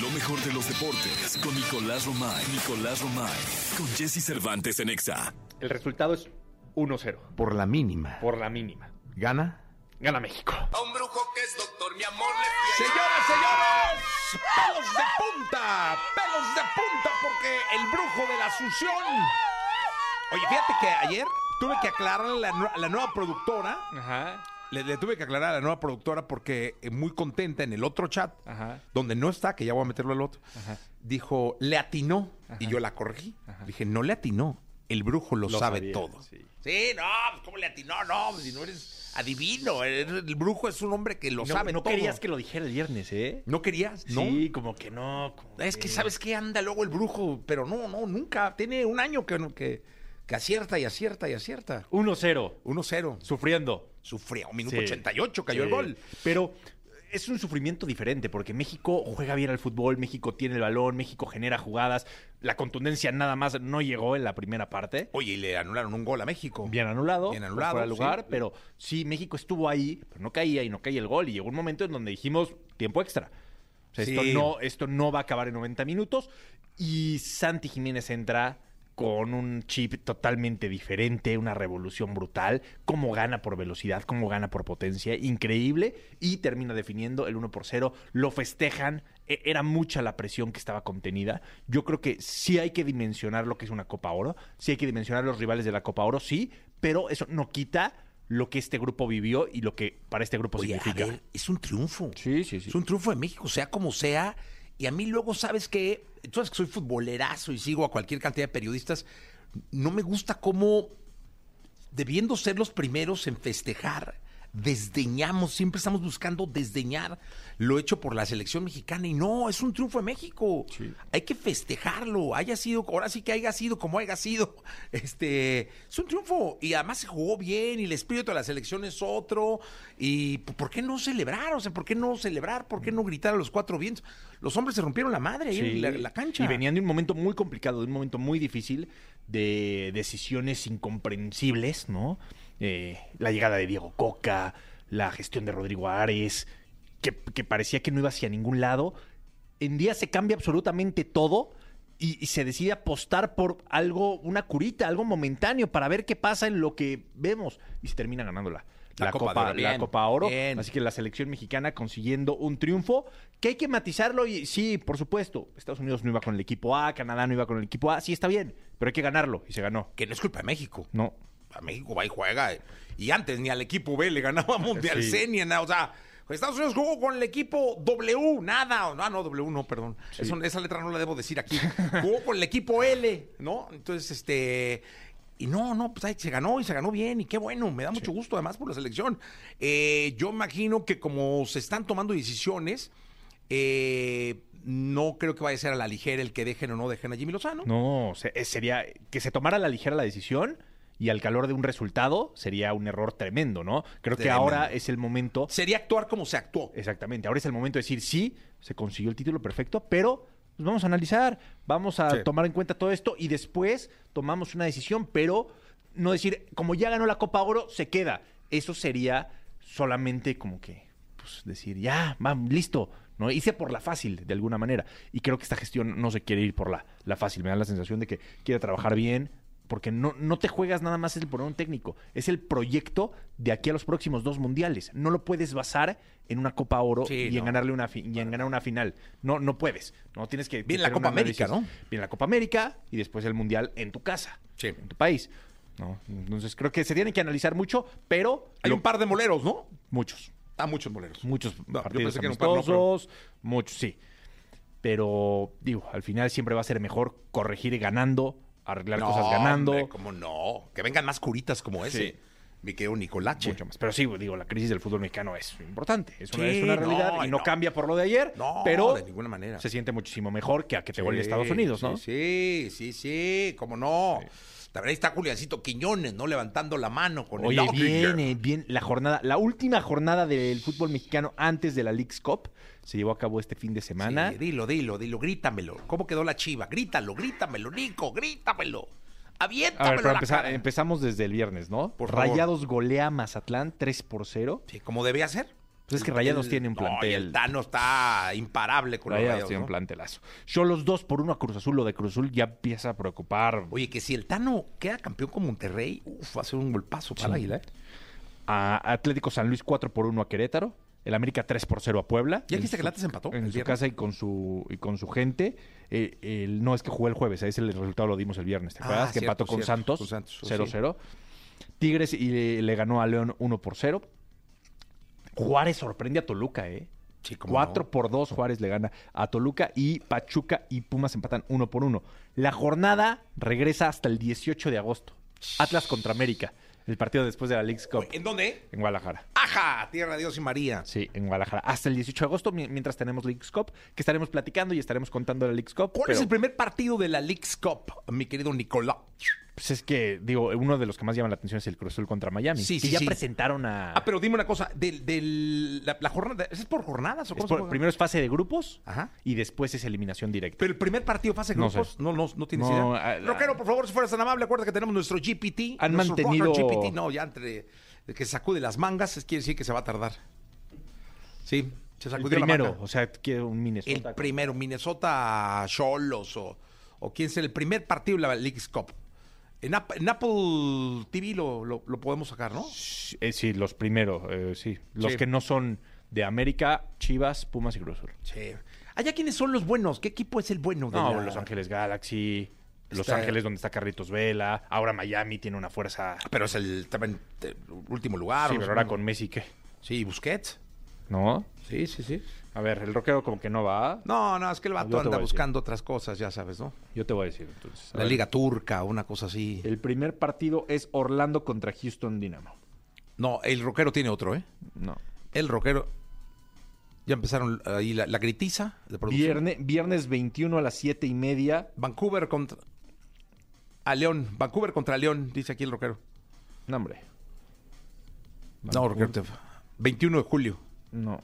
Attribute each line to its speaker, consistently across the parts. Speaker 1: Lo mejor de los deportes con Nicolás Romay. Nicolás Romay. Con Jesse Cervantes en Exa.
Speaker 2: El resultado es 1-0,
Speaker 3: Por la mínima.
Speaker 2: por la mínima.
Speaker 3: ¿Gana?
Speaker 2: Gana México.
Speaker 4: A un brujo que es doctor, mi amor, le fui a
Speaker 5: Señoras, señores, pelos de punta, pelos de punta, porque el brujo de la sución. Oye, fíjate que ayer tuve que aclararle a la, nue- a la nueva productora,
Speaker 2: Ajá,
Speaker 5: le, le tuve que aclarar a la nueva productora porque eh, muy contenta en el otro chat,
Speaker 2: Ajá.
Speaker 5: donde no está, que ya voy a meterlo al otro,
Speaker 2: Ajá.
Speaker 5: dijo, le atinó, y yo la corregí. Dije, no le atinó, el brujo lo,
Speaker 2: Lo
Speaker 5: sabe
Speaker 2: sabía,
Speaker 5: todo.
Speaker 2: sí.
Speaker 5: Sí, no, pues, ¿cómo le atinó? No, pues, si no eres adivino, eres- el brujo es un hombre que lo sabe todo.
Speaker 2: lo dijera el viernes, ¿eh?
Speaker 5: ¿No querías? No.
Speaker 2: como que no. como
Speaker 5: Es que, ¿sabes qué? Anda luego el brujo, pero no, no, nunca. Tiene un año que, no- que, que acierta y acierta y acierta.
Speaker 2: 1-0,
Speaker 5: 1-0.
Speaker 2: sufriendo.
Speaker 5: Sufrió. Minuto
Speaker 2: Sí.
Speaker 5: 88 cayó el
Speaker 2: Sí.
Speaker 5: gol.
Speaker 2: Pero es un sufrimiento diferente porque México juega bien al fútbol, México tiene el balón, México genera jugadas. La contundencia nada más no llegó en la primera parte.
Speaker 5: Oye, y le anularon un gol a México.
Speaker 2: Bien anulado,
Speaker 5: Bien
Speaker 2: por
Speaker 5: anulado,
Speaker 2: fuera de lugar,
Speaker 5: sí.
Speaker 2: pero sí, México estuvo ahí, pero no caía y no caía el gol. Y llegó un momento en donde dijimos tiempo extra. O sea, esto,
Speaker 5: Sí.
Speaker 2: no, esto no va a acabar en 90 minutos. Y Santi Jiménez entra con un chip totalmente diferente, una revolución brutal. Cómo gana por velocidad, cómo gana por potencia, increíble. Y termina definiendo el 1 por 0. Lo festejan. E- Era mucha la presión que estaba contenida. Yo creo que sí hay que dimensionar lo que es una Copa Oro. Sí hay que dimensionar los rivales de la Copa Oro, sí. Pero eso no quita lo que este grupo vivió y lo que para este grupo
Speaker 3: Oye, a
Speaker 2: significa.
Speaker 3: ver, es un triunfo.
Speaker 2: Sí, sí, sí.
Speaker 3: Es un triunfo de México, sea como sea. Y a mí luego, ¿sabes qué? Tú sabes que soy futbolerazo y sigo a cualquier cantidad de periodistas. No me gusta cómo, debiendo ser los primeros en festejar, desdeñamos, siempre estamos buscando desdeñar lo hecho por la selección mexicana. Y no, es un triunfo de México. Hay que festejarlo, haya sido, ahora sí que haya sido como haya sido. Este, es un triunfo. Y además se jugó bien y el espíritu de la selección es otro. ¿Y p- por qué no celebrar? O sea, ¿por qué no celebrar? ¿Por qué no gritar a los cuatro vientos? Los hombres se rompieron la madre ahí
Speaker 2: Sí.
Speaker 3: en la, la cancha.
Speaker 2: Y venían de un momento muy complicado, de un momento muy difícil, de decisiones incomprensibles, ¿no? Eh, la llegada de Diego Coca, la gestión de Rodrigo Ares, que, que parecía que no iba hacia ningún lado. En día se cambia absolutamente todo y, y se decide apostar por algo, una curita, algo momentáneo, para ver qué pasa en lo que vemos. Y se termina ganándola.
Speaker 3: La Copa de Oro,
Speaker 2: la
Speaker 3: bien,
Speaker 2: Copa Oro.
Speaker 3: bien.
Speaker 2: Así que la selección mexicana consiguiendo un triunfo que hay que matizarlo y sí, por supuesto, Estados Unidos no iba con el equipo A, Canadá no iba con el equipo A, sí está bien, pero hay que ganarlo y se ganó.
Speaker 3: Que no es culpa de México.
Speaker 2: No.
Speaker 3: a México va y juega. eh. Y antes ni al equipo B le ganaba Mundial
Speaker 2: Sí.
Speaker 3: C, ni a nada. O sea, Estados Unidos jugó con el equipo W, nada. o- Ah, no, W no, perdón. Eso- esa letra no la debo decir aquí. jugó con el equipo L, ¿no? Entonces, este. Y no, no, pues ahí se ganó y se ganó bien y qué bueno, me da mucho gusto además por la selección. Eh, yo imagino que como se están tomando decisiones, eh, no creo que vaya a ser a la ligera el que dejen o no dejen a Jimmy Lozano.
Speaker 2: No, se- eh, sería que se tomara a la ligera la decisión y al calor de un resultado sería un error tremendo, ¿no? Creo que
Speaker 3: Tremendo.
Speaker 2: ahora es el momento.
Speaker 3: Sería actuar como se actuó.
Speaker 2: Exactamente, ahora es el momento de decir sí, se consiguió el título perfecto, pero pues, vamos a analizar, vamos a
Speaker 5: Sí.
Speaker 2: tomar en cuenta todo esto y después tomamos una decisión, pero no decir, como ya ganó la Copa Oro, se queda. Eso sería solamente como que, pues decir, ya, vamos, listo. ¿no? Hice por la fácil, de alguna manera. Y creo que esta gestión no se quiere ir por la, la fácil. Me da la sensación de que quiere trabajar bien, porque no, no te juegas nada más el poner un técnico. Es el proyecto de aquí a los próximos dos mundiales. No lo puedes basar en una Copa Oro
Speaker 3: Sí,
Speaker 2: y en
Speaker 3: no.
Speaker 2: ganarle una fi- y en ganar una final. No, no puedes. No tienes que.
Speaker 3: Bien la
Speaker 2: tener
Speaker 3: Copa
Speaker 2: un análisis.
Speaker 3: América, ¿no?
Speaker 2: Bien la Copa América y después el mundial en tu casa.
Speaker 3: Sí.
Speaker 2: En tu país. ¿no? Entonces creo que se tiene que analizar mucho, pero
Speaker 3: Hay
Speaker 2: lo-
Speaker 3: un par de moleros, ¿no?
Speaker 2: muchos.
Speaker 3: Ah, muchos moleros.
Speaker 2: Muchos
Speaker 3: No, yo
Speaker 2: partidos
Speaker 3: pensé que era un par, no,
Speaker 2: amistosos, muchos, sí. Pero, digo, al final siempre va a ser mejor corregir ganando, arreglar
Speaker 3: No,
Speaker 2: cosas ganando.
Speaker 3: hombre, ¿Cómo no? Que vengan más curitas como ese.
Speaker 2: Sí.
Speaker 3: Mi querido Nicolache.
Speaker 2: mucho más. Pero sí, digo, la crisis del fútbol mexicano es importante, es una,
Speaker 3: Sí,
Speaker 2: es una realidad
Speaker 3: no,
Speaker 2: y no,
Speaker 3: no.
Speaker 2: cambia por lo de ayer,
Speaker 3: No,
Speaker 2: pero
Speaker 3: de ninguna manera.
Speaker 2: se siente muchísimo mejor que a que te
Speaker 3: Sí,
Speaker 2: vuelve Estados Unidos, ¿no?
Speaker 3: Sí, sí, sí, sí, cómo no. También ahí está Juliancito Quiñones, ¿no? Levantando la mano con el
Speaker 2: Oye,
Speaker 3: Outlier.
Speaker 2: bien, eh, bien. La jornada, la última jornada del fútbol mexicano antes de la League's Cup se llevó a cabo este fin de semana.
Speaker 3: Sí, dilo, dilo, dilo, grítamelo. ¿Cómo quedó la chiva? Grítalo, grítamelo, Nico, grítamelo.
Speaker 2: A ver,
Speaker 3: Aviéntamelo.
Speaker 2: pero
Speaker 3: a la
Speaker 2: empeza-
Speaker 3: cara.
Speaker 2: empezamos desde el viernes, ¿no?
Speaker 3: Por favor.
Speaker 2: Rayados golea a Mazatlán 3 por 0.
Speaker 3: Sí, como debía ser.
Speaker 2: Pues Pues es que Rayados tiene un
Speaker 3: No, y
Speaker 2: plantel.
Speaker 3: el Tano está imparable con los
Speaker 2: Rayados
Speaker 3: Rayados,
Speaker 2: tiene
Speaker 3: ¿no?
Speaker 2: un plantelazo. Yo los dos por uno a Cruz Azul, lo de Cruz Azul ya empieza a preocupar
Speaker 3: Oye, que si el Tano queda campeón con Monterrey, uf, va a ser un golpazo para el Águila. ¿eh?
Speaker 2: a Atlético San Luis 4 por 1 a Querétaro, el América 3 por 0 a Puebla.
Speaker 3: ¿Ya
Speaker 2: En
Speaker 3: dijiste que
Speaker 2: su-
Speaker 3: Atlas empató el
Speaker 2: En su
Speaker 3: viernes?
Speaker 2: casa y con su y con su gente. Eh, el- no es que jugué el jueves, ese el resultado lo dimos el viernes, ¿te
Speaker 3: Ah,
Speaker 2: acuerdas? que
Speaker 3: cierto,
Speaker 2: empató con
Speaker 3: cierto,
Speaker 2: Santos
Speaker 3: con Santos, pues, sí.
Speaker 2: 0-0. Tigres y le, le ganó a León 1 por 0. Juárez sorprende a Toluca, ¿eh?
Speaker 3: Sí, cómo
Speaker 2: 4
Speaker 3: no.
Speaker 2: por 2 Juárez le gana a Toluca y Pachuca y Pumas empatan 1 por 1. La jornada regresa hasta el 18 de agosto. Atlas contra América, el partido después de la League's Cup
Speaker 3: ¿En dónde?
Speaker 2: en Guadalajara.
Speaker 3: ¡Aja! Tierra de Dios y María.
Speaker 2: Sí, en Guadalajara. Hasta el 18 de agosto, mi- mientras tenemos League's Cup, que estaremos platicando y estaremos contando la League's Cup.
Speaker 3: ¿Cuál
Speaker 2: pero,
Speaker 3: es el primer partido de la League's Cup, mi querido Nicolás?
Speaker 2: Pues es que, digo, uno de los que más llama la atención es el Cruz Azul contra Miami.
Speaker 3: Sí,
Speaker 2: que
Speaker 3: sí,
Speaker 2: ya
Speaker 3: sí.
Speaker 2: presentaron a...
Speaker 3: Ah, pero dime una cosa, del, del- la, la jornada, ¿es por jornadas o
Speaker 2: es
Speaker 3: cómo
Speaker 2: por-
Speaker 3: se juega?
Speaker 2: primero es fase de grupos
Speaker 3: Ajá.
Speaker 2: y después es eliminación directa.
Speaker 3: Pero el primer partido fase de
Speaker 2: No sé.
Speaker 3: grupos, no, no, no tienes
Speaker 2: No,
Speaker 3: idea.
Speaker 2: ah,
Speaker 3: Rockero, por favor, si fueras tan amable, acuérdate que tenemos nuestro GPT.
Speaker 2: Han
Speaker 3: nuestro
Speaker 2: mantenido-
Speaker 3: Rocker GPT, no, ya entre de que sacude las mangas, es- quiere decir que se va a tardar. Sí, se
Speaker 2: El
Speaker 3: sacudió la
Speaker 2: primero,
Speaker 3: manga.
Speaker 2: o sea, quiero un Minnesota.
Speaker 3: El primero, Minnesota Cholos o, o quién sea, el primer partido de la League's Cup. En, App- en Apple TV lo, lo- lo podemos sacar, ¿no?
Speaker 2: Eh, sí, los primeros, eh, sí. Los
Speaker 3: Sí.
Speaker 2: que no son de América, Chivas, Pumas y Cruz Azul.
Speaker 3: Sí. Allá, ¿quiénes son los buenos? ¿Qué equipo es el bueno? de
Speaker 2: No,
Speaker 3: la-
Speaker 2: Los Ángeles Galaxy, Los
Speaker 3: Está-
Speaker 2: Ángeles donde está Carritos Vela, ahora Miami tiene una fuerza...
Speaker 3: Pero es el también, eh, último lugar.
Speaker 2: sí,
Speaker 3: no sé
Speaker 2: pero ahora
Speaker 3: cómo.
Speaker 2: con Messi, ¿qué?
Speaker 3: Sí, Busquets.
Speaker 2: ¿No?
Speaker 3: Sí, sí, sí.
Speaker 2: A ver, el rockero como que no va.
Speaker 3: No, no, es que el
Speaker 2: Yo
Speaker 3: vato
Speaker 2: te voy
Speaker 3: anda
Speaker 2: a decir.
Speaker 3: buscando otras cosas, ya sabes, ¿no?
Speaker 2: Yo te voy a decir entonces. A
Speaker 3: La
Speaker 2: ver,
Speaker 3: Liga Turca, una cosa así.
Speaker 2: El primer partido es Orlando contra Houston Dynamo.
Speaker 3: No, el rockero tiene otro, ¿eh?
Speaker 2: No.
Speaker 3: El rockero. Ya empezaron ahí la, la gritiza de producción.
Speaker 2: Vierne- viernes 21 a las 7 y media.
Speaker 3: Vancouver contra. A León. Vancouver contra León, dice aquí el rockero.
Speaker 2: No, hombre.
Speaker 3: No, rockero. te- 21 de julio.
Speaker 2: No.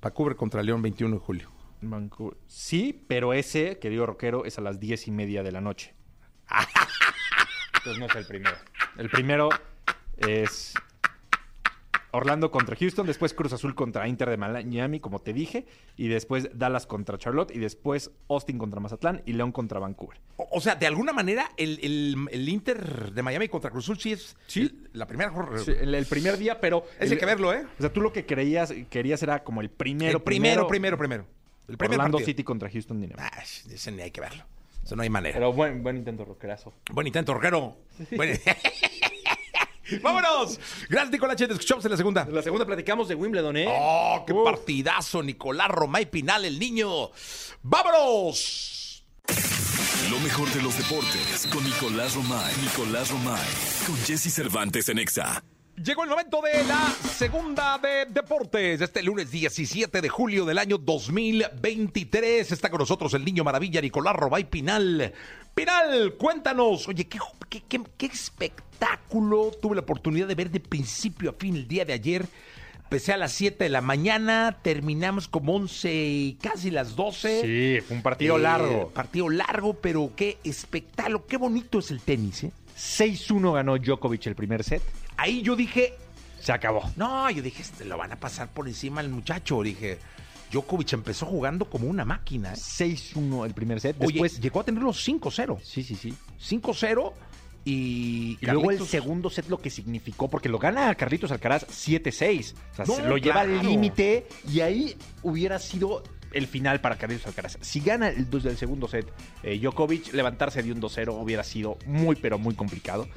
Speaker 3: Vancouver contra León, 21 de julio.
Speaker 2: Vancouver. Sí, pero ese, querido rockero, es a las 10 y media de la noche. Entonces no es el primero. El primero es Orlando contra Houston, después Cruz Azul contra Inter de Miami, como te dije, y después Dallas contra Charlotte, y después Austin contra Mazatlán y León contra Vancouver.
Speaker 3: O, o sea, de alguna manera, el, el- el Inter de Miami contra Cruz Azul sí es
Speaker 2: Sí.
Speaker 3: el- la primera jornada.
Speaker 2: Sí, el, el primer día, pero...
Speaker 3: Ese hay que verlo, ¿eh?
Speaker 2: O sea, tú lo que creías, querías era como el primero,
Speaker 3: el primero, primero, primero. El primer
Speaker 2: Orlando
Speaker 3: partido.
Speaker 2: City contra Houston Dynamo.
Speaker 3: Ah, ese ni hay que verlo. Eso no hay manera.
Speaker 2: Pero buen, buen intento, rockerazo.
Speaker 3: Buen intento, Rogero. Buen- ¡Vámonos! Gracias, Nicolás Te escuchamos en la segunda.
Speaker 2: En la segunda platicamos de Wimbledon, ¿eh?
Speaker 3: ¡Oh, qué
Speaker 2: Uf.
Speaker 3: partidazo! Nicolás Romay Pinal, el niño. ¡Vámonos!
Speaker 1: Lo mejor de los deportes con Nicolás Romay. Nicolás Romay. Con Jesse Cervantes en Exa.
Speaker 3: Llegó el momento de la segunda de deportes. Este lunes 17 de julio del año 2023 está con nosotros el niño maravilla Nicolás Robay Pinal. Pinal, cuéntanos. Oye, ¿qué, qué- qué- qué espectáculo tuve la oportunidad de ver de principio a fin el día de ayer. Empecé a las 7 de la mañana, terminamos como 11 y casi las 12.
Speaker 2: Sí, fue un partido
Speaker 3: Eh,
Speaker 2: largo.
Speaker 3: Partido largo, pero qué espectáculo, qué bonito es el tenis. ¿eh?
Speaker 2: 6-1 ganó Djokovic el primer set.
Speaker 3: Ahí yo dije,
Speaker 2: Se acabó.
Speaker 3: No, yo dije, "Este, lo van a pasar por encima al muchacho. Dije, Djokovic empezó jugando como una máquina. ¿eh?
Speaker 2: 6-1 el primer set.
Speaker 3: Oye,
Speaker 2: Después.
Speaker 3: llegó a tener los 5-0.
Speaker 2: Sí, sí, sí.
Speaker 3: 5-0 y...
Speaker 2: Y luego el
Speaker 3: Carlitos-
Speaker 2: segundo set lo que significó, porque lo gana Carlitos Alcaraz 7-6. O sea,
Speaker 3: No,
Speaker 2: se lo lleva al
Speaker 3: claro.
Speaker 2: límite y ahí hubiera sido el final para Carlitos Alcaraz. Si gana el, desde el segundo set eh, Djokovic, levantarse de un 2-0 hubiera sido muy, pero muy complicado.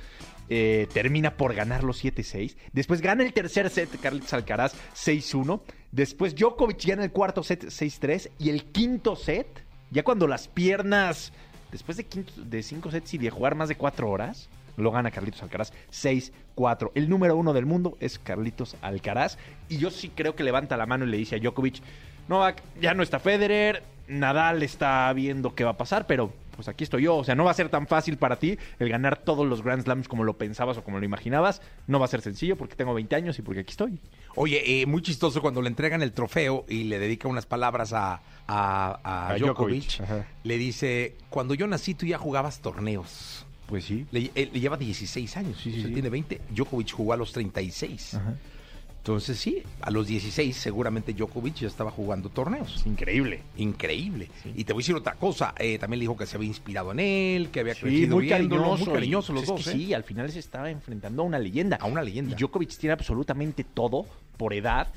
Speaker 2: Eh, termina por ganar los 7-6. Después gana el tercer set Carlitos Alcaraz 6-1. Después Djokovic gana el cuarto set 6-3. Y el quinto set, ya cuando las piernas, después de, quinto- de cinco sets y de jugar más de cuatro horas, lo gana Carlitos Alcaraz 6-4. El número uno del mundo es Carlitos Alcaraz. Y yo sí creo que levanta la mano y le dice a Djokovic, Novak, ya no está Federer, Nadal está viendo qué va a pasar, pero pues aquí estoy yo. O sea, no va a ser tan fácil para ti el ganar todos los Grand Slams como lo pensabas o como lo imaginabas. No va a ser sencillo porque tengo 20 años y porque aquí estoy.
Speaker 3: Oye, eh, muy chistoso cuando le entregan el trofeo y le dedica unas palabras a, a- a
Speaker 2: A Djokovic,
Speaker 3: Djokovic.
Speaker 2: ajá.
Speaker 3: le dice, cuando yo nací tú ya jugabas torneos.
Speaker 2: Pues sí.
Speaker 3: Le, él- le eh, lleva 16 años,
Speaker 2: Sí, sí,
Speaker 3: o sea,
Speaker 2: sí.
Speaker 3: tiene 20. Djokovic jugó a los 36. Entonces sí, a los 16 seguramente Djokovic ya estaba jugando torneos.
Speaker 2: Es increíble.
Speaker 3: Increíble. Y te voy a decir otra cosa. eh, también le dijo que se había inspirado en él, que había
Speaker 2: Sí,
Speaker 3: crecido
Speaker 2: muy
Speaker 3: viéndolo,
Speaker 2: cariñoso.
Speaker 3: muy cariñoso
Speaker 2: y,
Speaker 3: los
Speaker 2: pues, es
Speaker 3: dos.
Speaker 2: que
Speaker 3: ¿eh?
Speaker 2: Sí, al final se estaba enfrentando a una leyenda.
Speaker 3: A una leyenda.
Speaker 2: Y Djokovic tiene absolutamente todo por edad,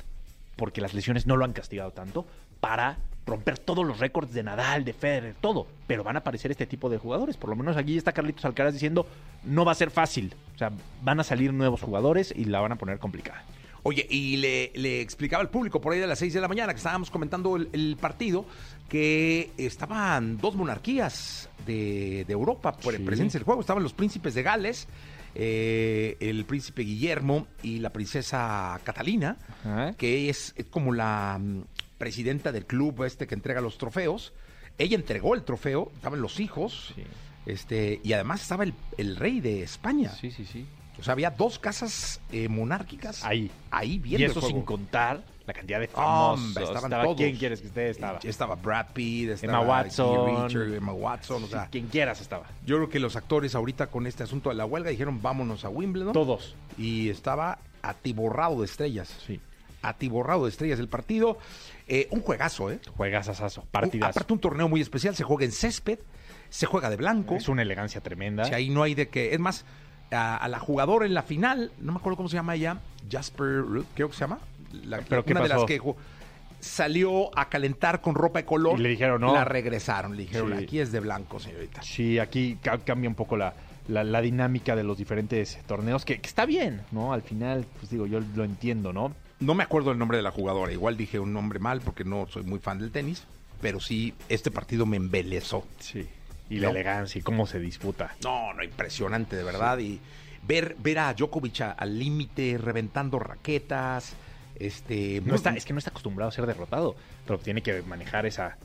Speaker 2: porque las lesiones no lo han castigado tanto, para romper todos los récords de Nadal, de Federer, todo. Pero van a aparecer este tipo de jugadores. Por lo menos aquí está Carlitos Alcaraz diciendo, no va a ser fácil. O sea, van a salir nuevos jugadores y la van a poner complicada.
Speaker 3: Oye, y le, le explicaba al público por ahí de las 6 de la mañana que estábamos comentando el, el partido que estaban dos monarquías de, de Europa por
Speaker 2: Sí.
Speaker 3: presentes en el juego. Estaban los príncipes de Gales, eh, el príncipe Guillermo y la princesa Catalina,
Speaker 2: Ajá.
Speaker 3: que es, es como la mm, presidenta del club este que entrega los trofeos. Ella entregó el trofeo, estaban los hijos,
Speaker 2: Sí.
Speaker 3: este, y además estaba el, el rey de España.
Speaker 2: sí, sí.
Speaker 3: O sea, había dos casas eh, monárquicas.
Speaker 2: Ahí.
Speaker 3: Ahí
Speaker 2: Y
Speaker 3: viendo
Speaker 2: eso
Speaker 3: el juego. Ah,
Speaker 2: sin contar la cantidad de famosos.
Speaker 3: Hombre, estaban
Speaker 2: Estaba-
Speaker 3: todos.
Speaker 2: ¿Quién quieres que esté? Estaba.
Speaker 3: Estaba Brad Pitt, estaba
Speaker 2: Emma Watson.
Speaker 3: Keith Richards, Emma Watson, o sea,
Speaker 2: Sí, quien quieras estaba.
Speaker 3: yo creo que los actores ahorita con este asunto de la huelga dijeron vámonos a Wimbledon
Speaker 2: Todos.
Speaker 3: y estaba atiborrado de estrellas.
Speaker 2: Sí.
Speaker 3: Atiborrado de estrellas el partido. Eh, un juegazo, ¿eh?
Speaker 2: Juegas asazo,
Speaker 3: Un-
Speaker 2: partidas.
Speaker 3: aparte un torneo muy especial, se juega en césped, se juega de blanco.
Speaker 2: Es una elegancia tremenda.
Speaker 3: Si ahí no hay de que. Es más, a, a la jugadora en la final, no me acuerdo cómo se llama ella, Jasper Ruud, creo que se llama. La,
Speaker 2: ¿Pero qué
Speaker 3: una de
Speaker 2: pasó?
Speaker 3: las que ju- salió a calentar con ropa de color.
Speaker 2: Y le dijeron, no.
Speaker 3: La regresaron, le dijeron,
Speaker 2: Sí.
Speaker 3: aquí es de blanco, señorita.
Speaker 2: Sí, aquí ca- cambia un poco la, la- la dinámica de los diferentes torneos, que, que está bien, ¿no? Al final, pues digo, yo lo entiendo, ¿no?
Speaker 3: No me acuerdo el nombre de la jugadora, igual dije un nombre mal porque no soy muy fan del tenis, pero sí, este partido me embelezó.
Speaker 2: Sí. Y la
Speaker 3: No.
Speaker 2: elegancia y cómo se disputa.
Speaker 3: No, no, impresionante, de verdad. Y ver, ver a Djokovic a- al límite, reventando raquetas. Este,
Speaker 2: No
Speaker 3: muy-
Speaker 2: está, es que no está acostumbrado a ser derrotado, pero tiene que manejar esa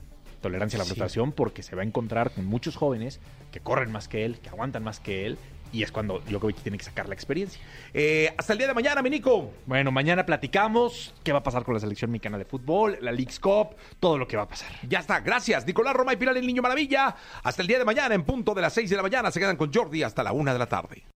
Speaker 2: tolerancia a la
Speaker 3: Sí.
Speaker 2: frustración porque se va a encontrar con muchos jóvenes que corren más que él, que aguantan más que él, y es cuando Djokovic tiene que sacar la experiencia.
Speaker 3: Eh, hasta el día de mañana, mi Nico.
Speaker 2: Bueno, mañana platicamos qué va a pasar con la selección mexicana de fútbol, la Leagues Cup, todo lo que va a pasar.
Speaker 3: Ya está, gracias. Nicolás Roma y Pilar el Niño Maravilla. Hasta el día de mañana, en punto de las 6 de la mañana, se quedan con Jordi hasta la una de la tarde.